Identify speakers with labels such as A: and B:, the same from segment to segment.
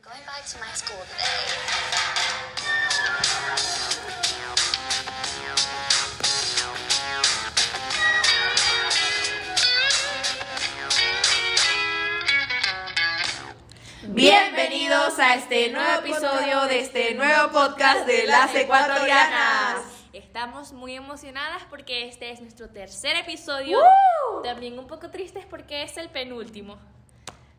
A: ride to my school today.
B: Bienvenidos a este nuevo episodio de este nuevo podcast de las ecuatorianas.
C: Estamos muy emocionadas porque este es nuestro tercer episodio.
B: ¡Woo!
C: También un poco tristes porque es el penúltimo.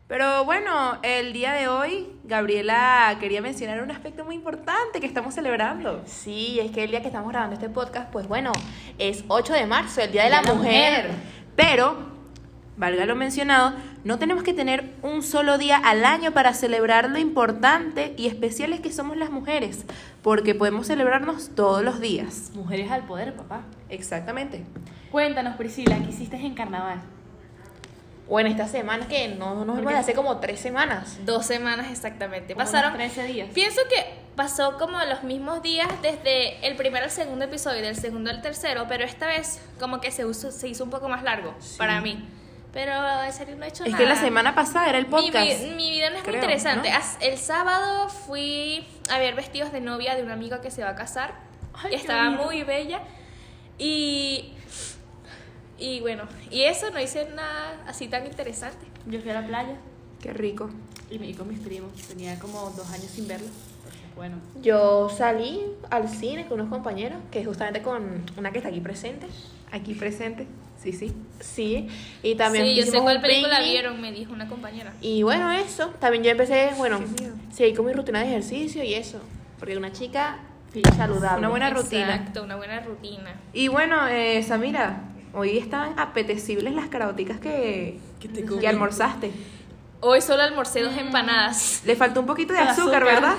B: Pero bueno, el día de hoy Gabriela quería mencionar un aspecto muy importante que estamos celebrando.
D: Sí, es que el día que estamos grabando este podcast, pues bueno, es 8 de marzo, el Día de la, mujer.
B: Pero, valga lo mencionado, no tenemos que tener un solo día al año para celebrar lo importante y especiales que somos las mujeres, porque podemos celebrarnos todos los días.
E: Mujeres al poder, papá.
B: Exactamente.
E: Cuéntanos, Priscila, ¿qué hiciste en carnaval?
D: O en esta semana, que no nos vemos hace como tres semanas.
C: Dos semanas exactamente.
E: Como
C: Pasaron.
E: unos 13 días.
C: Pienso que pasó como los mismos días desde el primero al segundo episodio, y del segundo al tercero, pero esta vez como que se, usó- se hizo un poco más largo para mí. Pero en serio no he hecho
B: Es
C: nada.
B: que la semana pasada era el
C: Mi vi-
B: podcast.
C: Mi, vida no es
B: creo,
C: muy interesante.
B: ¿no?
C: As- El sábado fui a ver vestidos de novia de una amiga que se va a casar.
E: Ay,
C: que
E: qué
C: estaba
E: bonito.
C: muy bella. Y, y bueno, y eso no hice nada así tan interesante.
E: Yo fui a la playa
B: Qué rico.
E: y me vi con mis primos. Tenía como dos años sin verlos. Entonces, bueno.
D: Yo salí al cine con unos compañeros, que justamente con una que está aquí presente.
B: Aquí presente. Sí, sí.
D: Sí, y también.
C: sí, yo sé
D: hicimos
C: cuál
D: un
C: película
D: picnic.
C: vieron, me dijo una compañera.
D: Y bueno, eso. También yo empecé, bueno,
B: Qué miedo.
D: seguí con mi rutina de ejercicio y eso. Porque una chica
E: Sí.
D: saludable.
B: Una buena rutina.
C: Exacto, una buena rutina.
B: Y bueno, eh, Samira, hoy están apetecibles las caraoticas que, que almorzaste.
C: Hoy solo almorcé dos empanadas.
B: Le faltó un poquito de
E: Con
B: azúcar,
E: azúcar.
B: ¿verdad?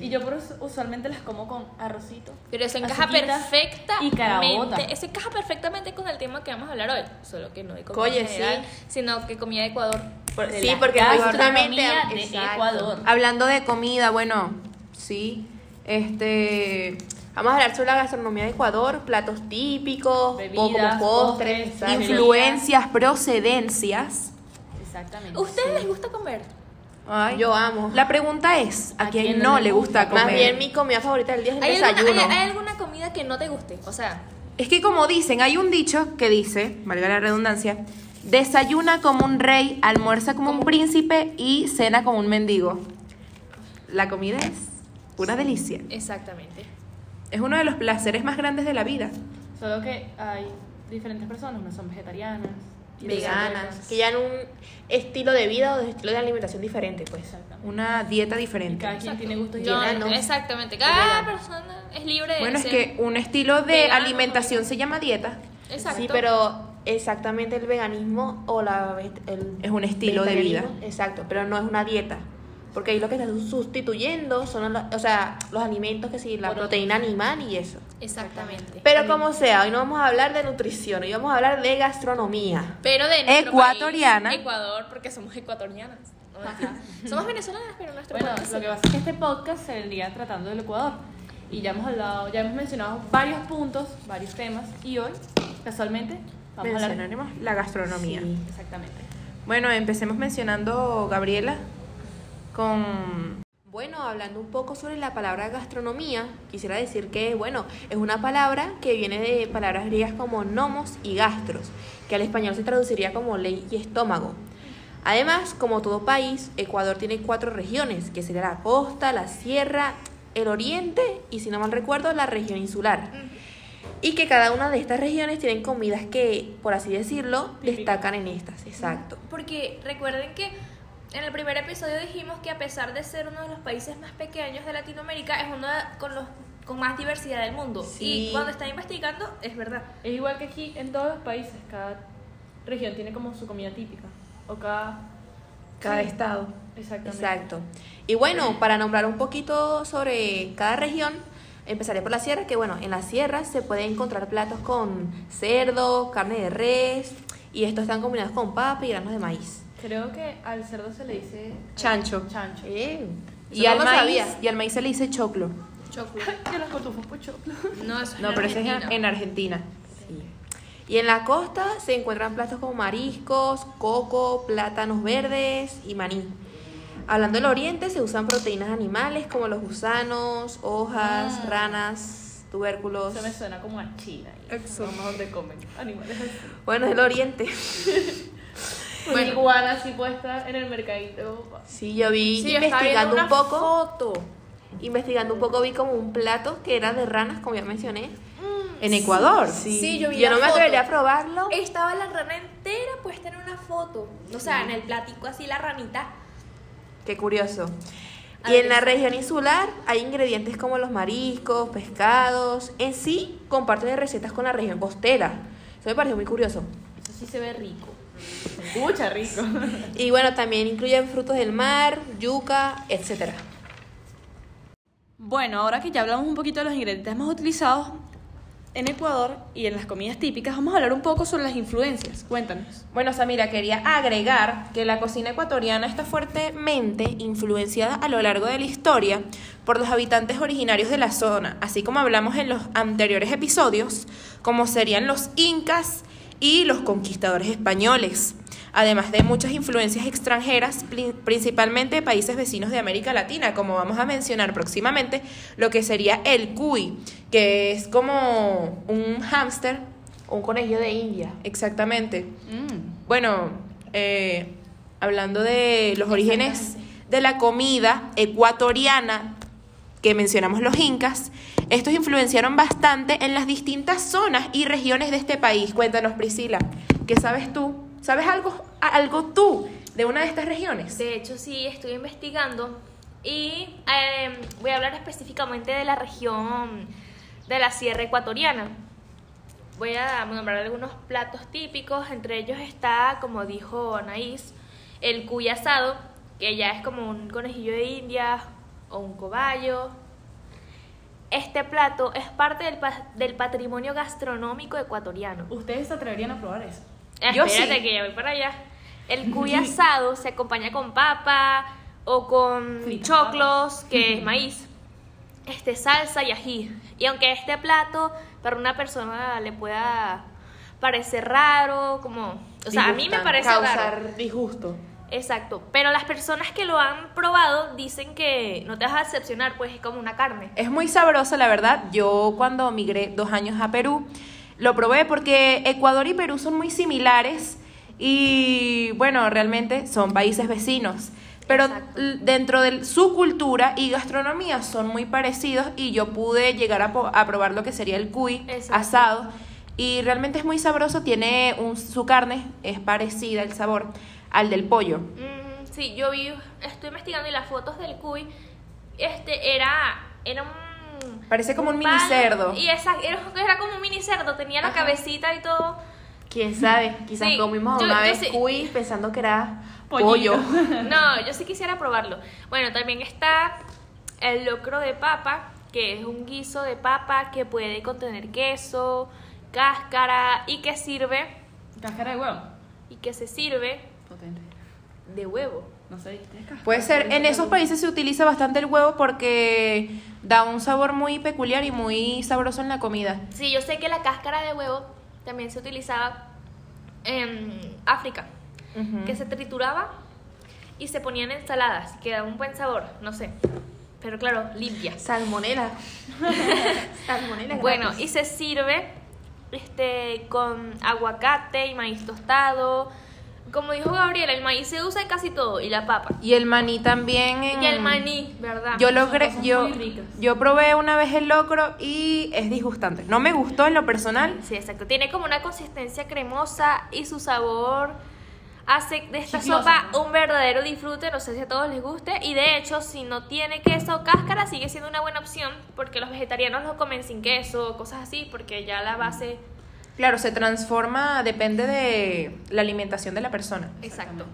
E: Y yo por us- usualmente las como con arrocito.
C: Pero eso encaja
E: azuquita
C: perfectamente.
E: Y caraota.
C: Eso encaja perfectamente con el tema que vamos a hablar hoy. Solo que no de comida
D: Oye,
C: en general, sino que comida de Ecuador.
D: Por-
E: De
D: sí,
E: la
D: porque justamente.
E: gastronomía de
D: Exacto. Ah.
E: Ecuador.
B: Hablando de comida, bueno, sí. Este.
D: Vamos a hablar sobre la gastronomía de Ecuador, platos típicos,
E: Bebidas,
D: poco como postres,
E: postres,
D: ¿sabes?
E: influ-
B: Influencias, procedencias.
E: Exactamente.
C: ¿A ustedes les gusta comer?
B: Ay.
D: Yo amo.
B: La pregunta es: ¿a, quién, no le gusta comer?
D: Más bien mi comida favorita del día es el
C: ¿Hay alguna,
D: desayuno.
C: hay- hay alguna comida que no te guste? O sea,
B: Es que como dicen, hay un dicho que dice, valga la redundancia, desayuna como un rey, almuerza como un príncipe y cena como un mendigo. La comida es una delicia.
C: exactamente.
B: Es uno de los placeres más grandes de la vida.
E: Solo que hay diferentes personas, unas son vegetarianas. y
D: veganas, que ya en un estilo de vida o de estilo de alimentación diferente, pues.
E: Exactamente.
B: Una dieta
E: Y cada
B: diferente.
E: quien tiene gustos y
C: Yo-
D: Vegano.
C: exactamente. Cada persona Pues es libre de
B: Bueno, es
C: ser-
B: que un estilo de
C: vegano,
B: alimentación se llama dieta.
C: Exacto.
D: Sí, pero exactamente el veganismo o la vet- el
B: Es un estilo de vida.
D: vegetarianismo, Exacto, pero no es una dieta. Porque ahí lo que están sustituyendo son los, o sea, los alimentos que sí, la
E: Por-
D: proteína animal y eso.
C: Exactamente.
D: Pero como sea, hoy no vamos a hablar de nutrición, hoy vamos a hablar de gastronomía.
C: Pero de nuestro
B: Ecuatoriana.
C: país, Ecuador, porque somos ecuatorianas. No, mentira. somos venezolanas, pero nuestro
E: Bueno,
C: país-
E: lo que pasa es que este podcast se vendría tratando del Ecuador. Y ya hemos hablado, ya hemos mencionado varios puntos, varios temas. Y hoy, casualmente, vamos a hablar.
B: Mencionaremos la gastronomía.
D: Sí.
E: Exactamente.
B: Bueno, empecemos mencionando, Gabriela, con...
D: Bueno, hablando un poco sobre la palabra gastronomía, quisiera decir que, bueno, es una palabra que viene de palabras griegas como nomos y gastros, que al español se traduciría como ley y estómago. Además, como todo país, Ecuador tiene cuatro regiones, que sería la costa, la sierra, el oriente y, si no mal recuerdo, la región insular. Y que cada una de estas regiones tienen comidas que, por así decirlo,
E: Típicas.
D: destacan en estas, exacto.
C: Porque recuerden que en el primer episodio dijimos que a pesar de ser uno de los países más pequeños de Latinoamérica, es uno de- con los con más diversidad del mundo.
D: Sí.
C: Y cuando están investigando, es verdad.
E: Es igual que aquí en todos los países, cada región tiene como su comida típica. O cada.
B: Cada estado.
E: Exactamente.
D: Exacto. Y bueno, para nombrar un poquito sobre cada región, empezaré por la sierra, que bueno, en la sierra se pueden encontrar platos con cerdo, carne de res, y estos están combinados con papa y granos de maíz.
E: Creo que al cerdo se le dice.
B: Chancho.
E: Chancho.
D: Eh, Eso
B: Y
D: no
B: al,
D: lo
B: maíz,
D: sabía.
B: y al maíz se le dice choclo.
E: Yo los cotufos pochoclo.
C: No, eso es
B: No,
C: en
B: pero eso es en-
C: Argentina.
B: en Argentina.
D: Y en la costa se encuentran platos como mariscos, coco, plátanos verdes y maní. Hablando del oriente, se usan proteínas animales como los gusanos, hojas,
E: Ah.
D: ranas, tubérculos.
E: Eso me suena como a China. y
B: Exacto.
E: Vamos a donde comen animales así.
D: Bueno, es el oriente.
E: Una iguana así puesta en el mercadito.
D: Sí, yo vi
C: Sí, yo estaba viendo
D: investigando un
C: una
D: poco.
C: foto.
D: Investigando un poco vi como un plato que era de ranas, como ya mencioné.
B: En Ecuador.
D: Sí,
C: Sí, yo vi
D: Yo
C: la
D: no me
C: foto. Eh,
D: atrevería a probarlo.
C: Estaba la rana entera puesta en una foto. O sea, en el platico así la ranita.
D: Qué curioso.
C: A
D: Y
C: ver,
D: en la
C: eso.
D: región insular hay ingredientes como los mariscos, pescados. En sí, comparten de recetas con la región costera. Eso me pareció muy curioso.
E: Eso sí se ve rico. Se escucha rico.
D: Y bueno, también incluyen frutos del mar, yuca, etcétera.
E: Bueno, ahora que ya hablamos un poquito de los ingredientes más utilizados en Ecuador y en las comidas típicas, vamos a hablar un poco sobre las influencias. Cuéntanos.
B: Bueno, Samira, quería agregar que la cocina ecuatoriana está fuertemente influenciada a lo largo de la historia por los habitantes originarios de la zona, así como hablamos en los anteriores episodios, como serían los incas y los conquistadores españoles, además de muchas influencias extranjeras, pli- principalmente de países vecinos de América Latina, como vamos a mencionar próximamente, lo que sería el cuy, que es como un hámster,
D: Un conejillo de India.
B: exactamente. Bueno, eh, hablando de los orígenes de la comida ecuatoriana que mencionamos los incas, estos influenciaron bastante en las distintas zonas y regiones de este país. Cuéntanos, Priscila, ¿qué sabes tú? ¿Sabes algo, algo tú de una de estas regiones?
C: De hecho, sí, estuve investigando y eh, voy a hablar específicamente de la región de la Sierra Ecuatoriana. Voy a nombrar algunos platos típicos, entre ellos está, como dijo Anaís, el cuy asado, que ya es como un conejillo de India o un cobayo. Este plato es parte del, pa- del patrimonio gastronómico ecuatoriano.
E: ¿Ustedes se atreverían a probar eso?
B: Yo
C: Ah, Espérate
B: sí.
C: que ya voy para allá. El cuy asado se acompaña con papa o con
E: Fritas
C: choclos, que es maíz. Este salsa y ají. Y aunque este plato para una persona le pueda parecer raro, como o sea, a mí me
D: Disgustante.
C: parece raro.
D: causar disgusto.
C: Exacto, pero las personas que lo han probado dicen que no te vas a decepcionar, pues es como una carne.
B: Es muy sabroso, la verdad. Yo cuando migré dos años a Perú, lo probé porque Ecuador y Perú son muy similares y bueno, realmente son países vecinos. Pero
C: Exacto.
B: l- dentro de su cultura y gastronomía son muy parecidos y yo pude llegar a, po- a probar lo que sería el cuy
C: Exacto.
B: asado y realmente es muy sabroso, tiene un, su carne, es parecida el sabor al del pollo.
C: Mm, sí, yo vi, estoy investigando y las fotos del cuy, este era, era un...
B: Parece como un mini
C: palo,
B: cerdo.
C: Y esa, era, era como un mini cerdo, tenía la
B: Ajá.
C: cabecita y todo.
D: Quién sabe, quizás
C: Sí,
D: comimos
C: yo-
D: una
C: yo
D: vez
C: sí.
D: cuy pensando que era
E: Pollito.
D: pollo.
C: No, yo sí quisiera probarlo. Bueno, también está el locro de papa, que es un guiso de papa que puede contener queso, cáscara y que sirve,
E: Cáscara de huevo.
C: y que se sirve
E: Potente.
C: de huevo.
E: No sé, ¿ustedes cáscara?
B: Puede ser, en
E: Parece
B: esos
E: que-
B: países se utiliza bastante el huevo porque da un sabor muy peculiar y muy sabroso en la comida.
C: Sí, yo sé que la cáscara de huevo también se utilizaba en África,
B: Ujú.
C: que se trituraba y se ponían ensaladas, que da un buen sabor, no sé. Pero claro, limpias.
D: Salmonela. Salmonela.
C: Bueno,
D: gratis.
C: y se sirve este con aguacate y maíz tostado. Como dijo Gabriela, el maíz se usa en casi todo y la papa.
B: Y el maní también. en-
C: Y el maní, ¿verdad?
B: Mm. Yo logré,
E: cosas
B: yo,
E: muy ricas.
B: yo probé una vez el locro y es disgustante. No me gustó en lo personal.
C: Sí, exacto. Tiene como una consistencia cremosa y su sabor hace de esta
E: Chiclosa,
C: sopa
E: ¿no?
C: un verdadero disfrute. No sé si a todos les guste. Y de hecho, si no tiene queso o cáscara, sigue siendo una buena opción porque los vegetarianos lo comen sin queso o cosas así, porque ya la base.
B: Claro, se transforma, depende de la alimentación de la persona.
C: Exacto.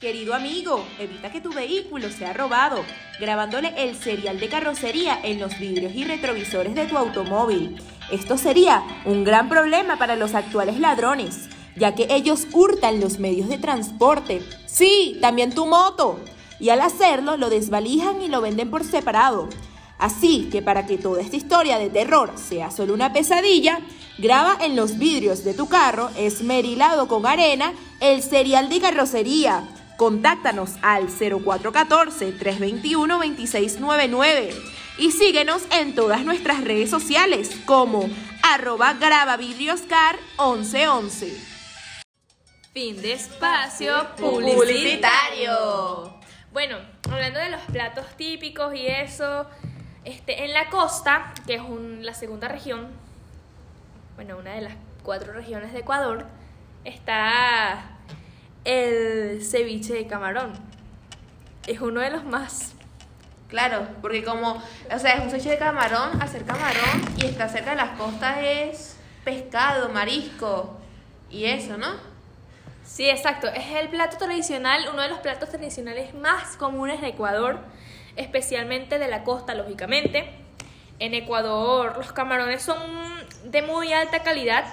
B: Querido amigo, evita que tu vehículo sea robado, grabándole el serial de carrocería en los vidrios y retrovisores de tu automóvil. Esto sería un gran problema para los actuales ladrones, ya que ellos hurtan los medios de transporte. Sí, también tu moto. Y al hacerlo, lo desvalijan y lo venden por separado.
A: Así que para que toda esta historia de terror sea solo una pesadilla, graba en los vidrios de tu carro, esmerilado con arena, el cereal de carrocería. Contáctanos al 0414-321-2699 y síguenos en todas nuestras redes sociales como arroba grabavidrioscar 1111.
C: Fin de espacio
D: Publicitario.
C: Bueno, hablando de los platos típicos y eso, este, en la costa, que es un- la segunda región, bueno, una de las cuatro regiones de Ecuador, está el ceviche de camarón. Es uno de los más
D: Claro, porque como, o sea, es un ceviche de camarón, hacer camarón y está cerca de las costas es pescado, marisco y eso, ¿no?
C: Sí, exacto. Es el plato tradicional, uno de los platos tradicionales más comunes de Ecuador, especialmente de la costa, lógicamente. En Ecuador los camarones son de muy alta calidad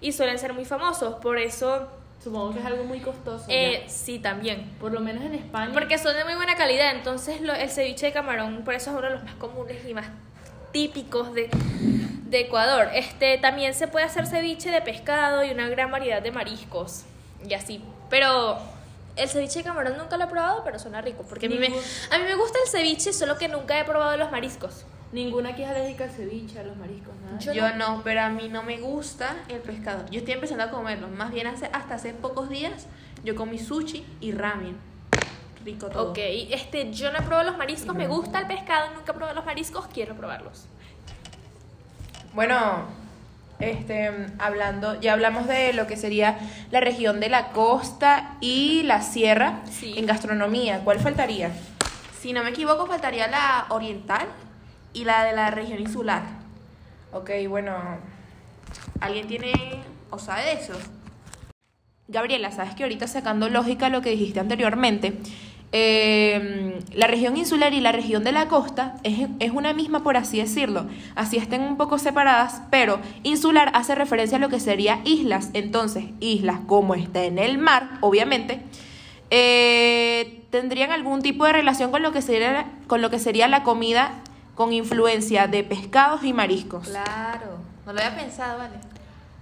C: y suelen ser muy famosos, por eso
E: Supongo que es algo muy costoso.
C: eh,
E: ya.
C: sí también.
E: Por lo menos en España.
C: Porque son de muy buena calidad, entonces lo- el ceviche de camarón por eso es uno de los más comunes y más típicos de, de Ecuador. Este también se puede hacer ceviche de pescado y una gran variedad de mariscos y así. Pero el ceviche de camarón nunca lo he probado, pero suena rico porque a mí me
E: Ningún-
C: a mí me gusta el ceviche, solo que nunca he probado los mariscos.
E: Ninguna aquí es alérgica al ceviche, a los mariscos, nada.
D: Yo, no. pero a mí no me gusta el pescado. Yo estoy empezando a comerlo. Más bien hace, hasta hace pocos días yo comí sushi y ramen. Rico todo.
F: Oh.
C: Ok, este, yo no he probado los mariscos, me gusta el pescado, nunca he probado los mariscos, quiero probarlos.
B: Bueno, este, hablando, ya hablamos de lo que sería la región de la costa y la sierra
C: Sí.
B: en gastronomía. ¿Cuál faltaría?
D: Si no me equivoco, faltaría la oriental y la de la región insular.
B: Ok, bueno.
D: ¿Alguien tiene o sabe de eso?
B: Gabriela, sabes que ahorita sacando lógica lo que dijiste anteriormente, eh, la región insular y la región de la costa es, es una misma, por así decirlo. Así estén un poco separadas, pero insular hace referencia a lo que sería islas. Entonces, islas como está en el mar, obviamente, eh, tendrían algún tipo de relación con lo que sería, con lo que sería la comida con influencia de pescados y mariscos.
D: Claro. No lo había pensado, vale.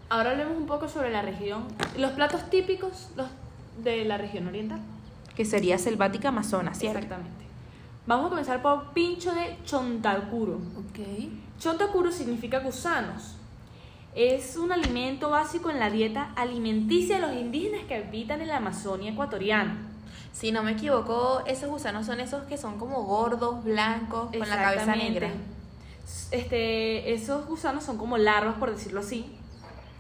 E: Ahora hablemos un poco sobre la región. Los platos típicos los de la región oriental.
B: Que sería selvática amazona, ¿cierto?
E: Exactamente. Vamos a comenzar por pincho de chontacuro.
D: Ok.
E: Chontacuro significa gusanos. Es un alimento básico en la dieta alimenticia de los indígenas que habitan en la Amazonia ecuatoriana.
D: Si no me equivoco, esos gusanos son esos que son como gordos, blancos, con la cabeza
E: Exactamente.
D: negra.
E: Este, esos gusanos son como larvas, por decirlo así.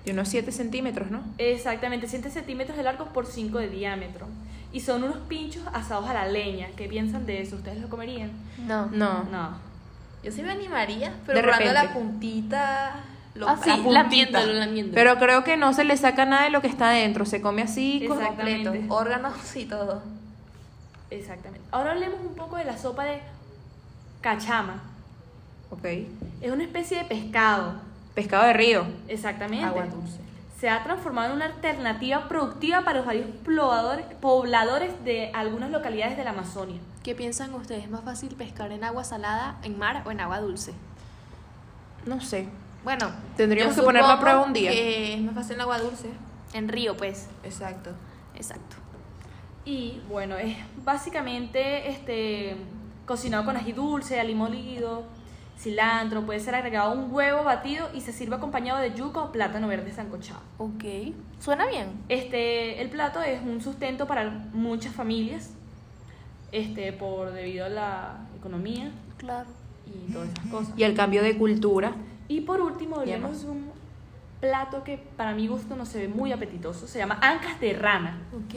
B: De unos 7 centímetros, ¿no?
E: Exactamente, 7 centímetros de largo por 5 de diámetro. Y son unos pinchos asados a la leña. ¿Qué piensan de eso? ¿Ustedes lo comerían?
D: No.
B: No.
E: No.
D: Yo sí me animaría, pero
B: De
D: probando la
B: repente.
D: puntita. lo-
C: Ah, sí,
D: la puntita.
C: lamiéndolo, lamiéndolo.
B: Pero creo que no se le saca nada de lo que está adentro. Se come así. con-
E: Exacto.
D: Completo,
E: Exactamente.
D: órganos y todo.
E: Exactamente. Ahora hablemos un poco de la sopa de cachama.
B: Ok.
E: Es una especie de pescado.
B: Pescado de río.
E: Exactamente. Se ha transformado en una alternativa productiva para los varios pobladores, pobladores de algunas localidades de la Amazonia.
F: ¿Qué piensan ustedes? ¿Es más fácil pescar en agua salada, en mar o en agua dulce?
B: No sé.
F: Bueno,
B: Tendríamos
D: Yo
B: que ponerlo a
D: supongo
B: prueba un día.
D: Que es más fácil en agua dulce.
F: en río, pues.
D: Exacto.
F: Exacto.
E: Y bueno, es básicamente este, cocinado con ají dulce, ají molido, cilantro, puede ser agregado un huevo batido y se sirve acompañado de yuca o plátano verde sancochado.
F: Ok. Suena bien.
E: Este, el plato es un sustento para muchas familias, este, por debido a la economía
F: Claro.
E: y todas esas cosas.
B: Y el cambio de cultura.
E: Y por último, hablemos de un plato que para mi gusto no se ve muy apetitoso, se llama ancas de rana.
F: Ok.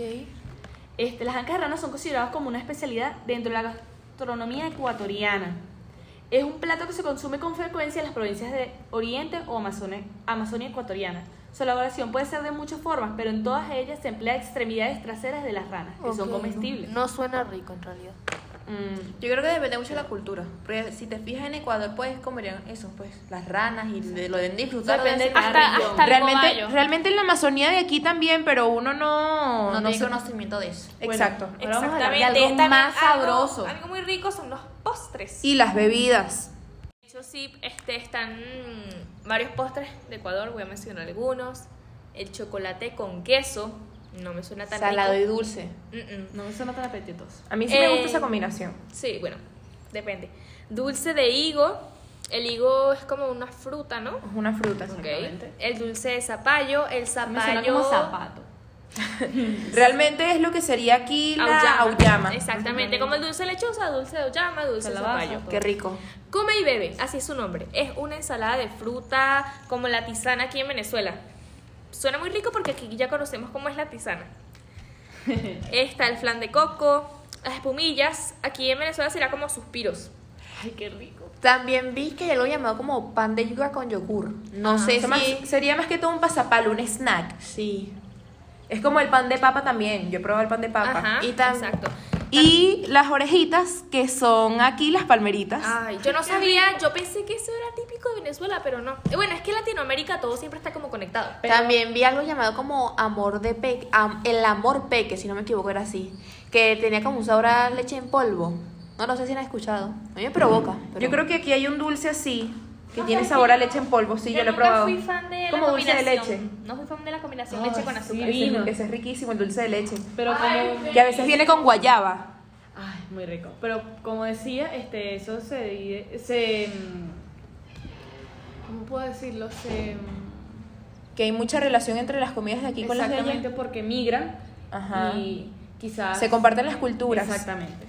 E: Este, las ancas de rana son consideradas como una especialidad dentro de la gastronomía ecuatoriana. Es un plato que se consume con frecuencia en las provincias de Oriente o Amazonia, Amazonia ecuatoriana. Su elaboración puede ser de muchas formas, pero en todas ellas se emplea extremidades traseras de las ranas, que son
F: Ok.
E: comestibles.
F: No suena rico en realidad.
E: Mm,
D: Yo creo que depende mucho de la cultura. Porque si te fijas en Ecuador, puedes comer eso, pues las ranas y de- lo deben disfrutar.
E: Depende
D: de
E: de cada
D: esa-
E: región.
C: hasta- Tal
B: Realmente,
C: cobayo.
B: realmente en la Amazonía de aquí también, pero uno no.
D: No,
B: no
D: tiene
B: se- eh,
D: conocimiento de eso.
B: Exacto.
E: Ahora vamos a hablar
C: Exactamente,
E: de algo
C: también
E: más
C: algo-
E: sabroso.
C: Algo muy rico son los postres.
B: Y las bebidas.
C: Eso sí, este, están mm, varios postres de Ecuador, voy a mencionar algunos. El chocolate con queso, no me suena tan
D: Salado y
C: rico.
D: dulce.
C: Mm, mm.
E: No me suena tan apetitoso.
B: A mí sí me gusta
C: Eh,
B: esa combinación.
C: Sí, bueno, depende. Dulce de higo, el higo es como una fruta, ¿no?
B: Es una fruta,
C: Ok.
B: exactamente.
C: El dulce de zapallo, el
E: Me suena
C: zapallo...
E: como zapato.
B: Realmente es lo que sería aquí la
C: auyama.
B: auyama.
C: Exactamente, como el dulce de lechosa, dulce de auyama, dulce de
E: Calabaza,
C: zapallo.
E: todo.
B: Qué rico.
C: Come y bebe, así es su nombre. Es una ensalada de fruta como la tisana aquí en Venezuela. Suena muy rico porque aquí ya conocemos cómo es la tisana. Está el flan de coco, las espumillas. Aquí en Venezuela será como suspiros.
E: Ay, qué rico.
D: También vi que hay algo llamado como pan de yuca con yogur. No sé
B: Ah, Eso más-
D: si...
B: sería más que todo un pasapalo, un snack.
D: Sí.
B: Es como el pan de papa también. Yo he probado el pan de papa.
C: Ajá,
B: y, tam-
C: exacto.
B: y las orejitas, que son aquí las palmeritas.
C: Ay, yo no sabía, yo pensé que eso era típico de Venezuela, pero no. Eh, Bueno, es que en Latinoamérica todo siempre está como conectado.
D: También vi algo llamado como amor de peque, am- el amor peque, si no me equivoco era así, que tenía como un sabor a leche en polvo. No, no sé si la han escuchado. A mí me provoca.
B: Mm,
D: pero-
B: Yo creo que aquí hay un dulce así,
C: Ah,
B: que tiene sabor a leche en polvo. Sí, yo, lo he
C: nunca
B: probado.
C: fui fan de la
B: como dulce de leche.
C: combinación. No fui fan de la combinación
E: Ay,
C: leche con
E: sí.
C: azúcar.
B: Ese es-
E: Divino.
B: Ese es riquísimo, el dulce de leche.
E: Pero como...
B: Que a veces viene con guayaba.
E: Ay, muy rico. Pero como decía, este, eso se divide- se... mm, ¿Cómo puedo decirlo? Se... mm,
B: Que hay mucha relación entre las comidas de aquí con las de
E: Exactamente,
B: allá.
E: porque migran
B: Ajá.
E: y quizás...
B: Se comparten las culturas.
E: Exactamente.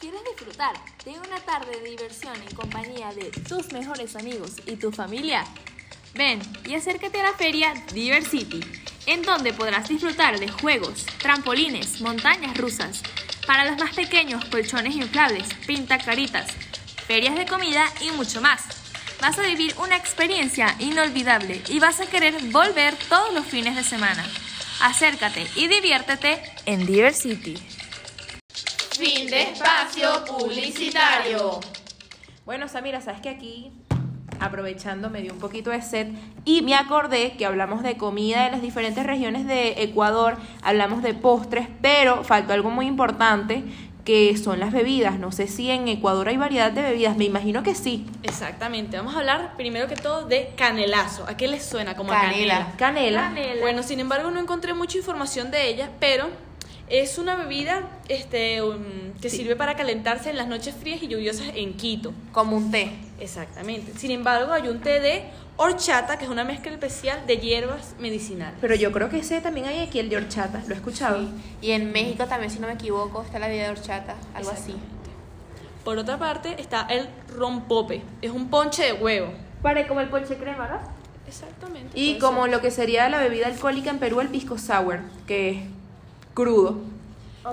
F: ¿Quieres disfrutar de una tarde de diversión en compañía de tus mejores amigos y tu familia?
C: Ven y acércate a la feria Diversity, en donde podrás disfrutar de juegos, trampolines, montañas rusas, para los más pequeños, colchones inflables, pintacaritas, ferias de comida y mucho más. Vas a vivir una experiencia inolvidable y vas a querer volver todos los fines de semana. Acércate y diviértete en Diversity.
B: Bueno, Samira, sabes que aquí, aprovechando, me dio un poquito de sed y me acordé que hablamos de comida de las diferentes regiones de Ecuador, hablamos de postres, pero faltó algo muy importante que son las bebidas. No sé si en Ecuador hay variedad de bebidas, me imagino que sí.
E: Exactamente. Vamos a hablar primero que todo de canelazo. ¿A qué les suena como a
D: Canela.
E: canela?
B: Canela.
E: Bueno, sin embargo, no encontré mucha información de ella, pero es una bebida este, um, que sirve para calentarse en las noches frías y lluviosas en Quito.
D: Como un té.
E: Exactamente. Sin embargo, hay un té de horchata, que es una mezcla especial de hierbas medicinales.
B: Pero yo creo que ese también hay aquí, el de horchata, lo he escuchado.
D: Y en México también, si no me equivoco, está la vida de horchata, algo así.
E: Por otra parte, está el rompope. Es un ponche de huevo.
C: Pare como el ponche crema, ¿verdad?
E: Exactamente.
B: Y
E: Puede
B: como lo que sería la bebida alcohólica en Perú, el pisco sour, que es crudo.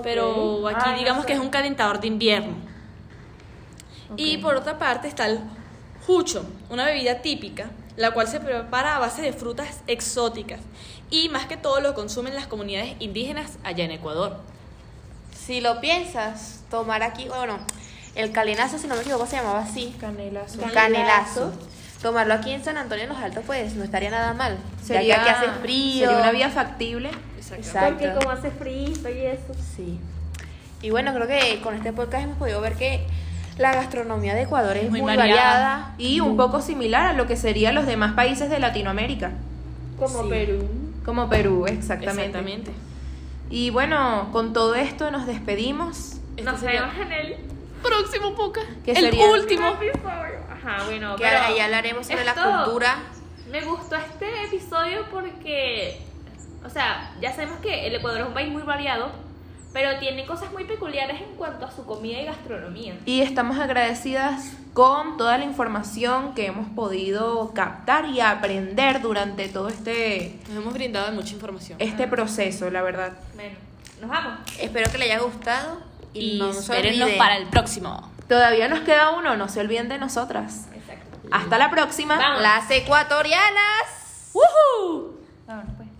E: pero aquí digamos que es un calentador de invierno. Y por otra parte está el jucho, una bebida típica, la cual se prepara a base de frutas exóticas y más que todo lo consumen las comunidades indígenas allá en Ecuador.
D: Si lo piensas, tomar aquí, bueno, el calenazo, si no me equivoco, se llamaba así.
B: Canelazo.
D: Un canelazo. Tomarlo aquí en San Antonio en los Altos, pues no estaría nada mal.
B: Sería
D: ya que hace frío.
B: Sería una vía factible.
D: Exacto.
C: hace frío y eso.
D: Sí. Y bueno, creo que con este podcast hemos podido ver que la gastronomía de Ecuador es muy,
E: Muy
D: variada.
E: variada.
B: y un poco similar a lo que serían los demás países de Latinoamérica,
E: Como Perú.
B: como Perú, exactamente.
E: Exactamente.
B: Y bueno, con todo esto nos despedimos.
C: Nos vemos en el
E: Próximo poca.
B: ¿Qué
E: Este El
B: sería?
E: último.
C: episodio. Ajá, bueno,
D: Que
C: pero
D: ahí hablaremos sobre
C: esto-
D: la cultura.
C: Me gustó este episodio porque, o sea, ya sabemos que el Ecuador es un país muy variado, pero tiene cosas muy peculiares en cuanto a su comida y gastronomía.
B: Y estamos agradecidas con toda la información que hemos podido captar y aprender durante todo este,
E: Nos hemos brindado de mucha
D: Eh,
E: información.
B: este proceso, la verdad.
C: Bueno, nos vamos.
D: Espero que le haya gustado. Y,
E: Y
D: no nos
E: espérennos
D: olviden.
E: para el próximo.
B: Todavía nos queda uno, no se olviden de nosotras.
C: Exacto.
B: Hasta la próxima.
C: Vamos.
D: Las ecuatorianas.
B: ¡Woohoo!
C: Vámonos.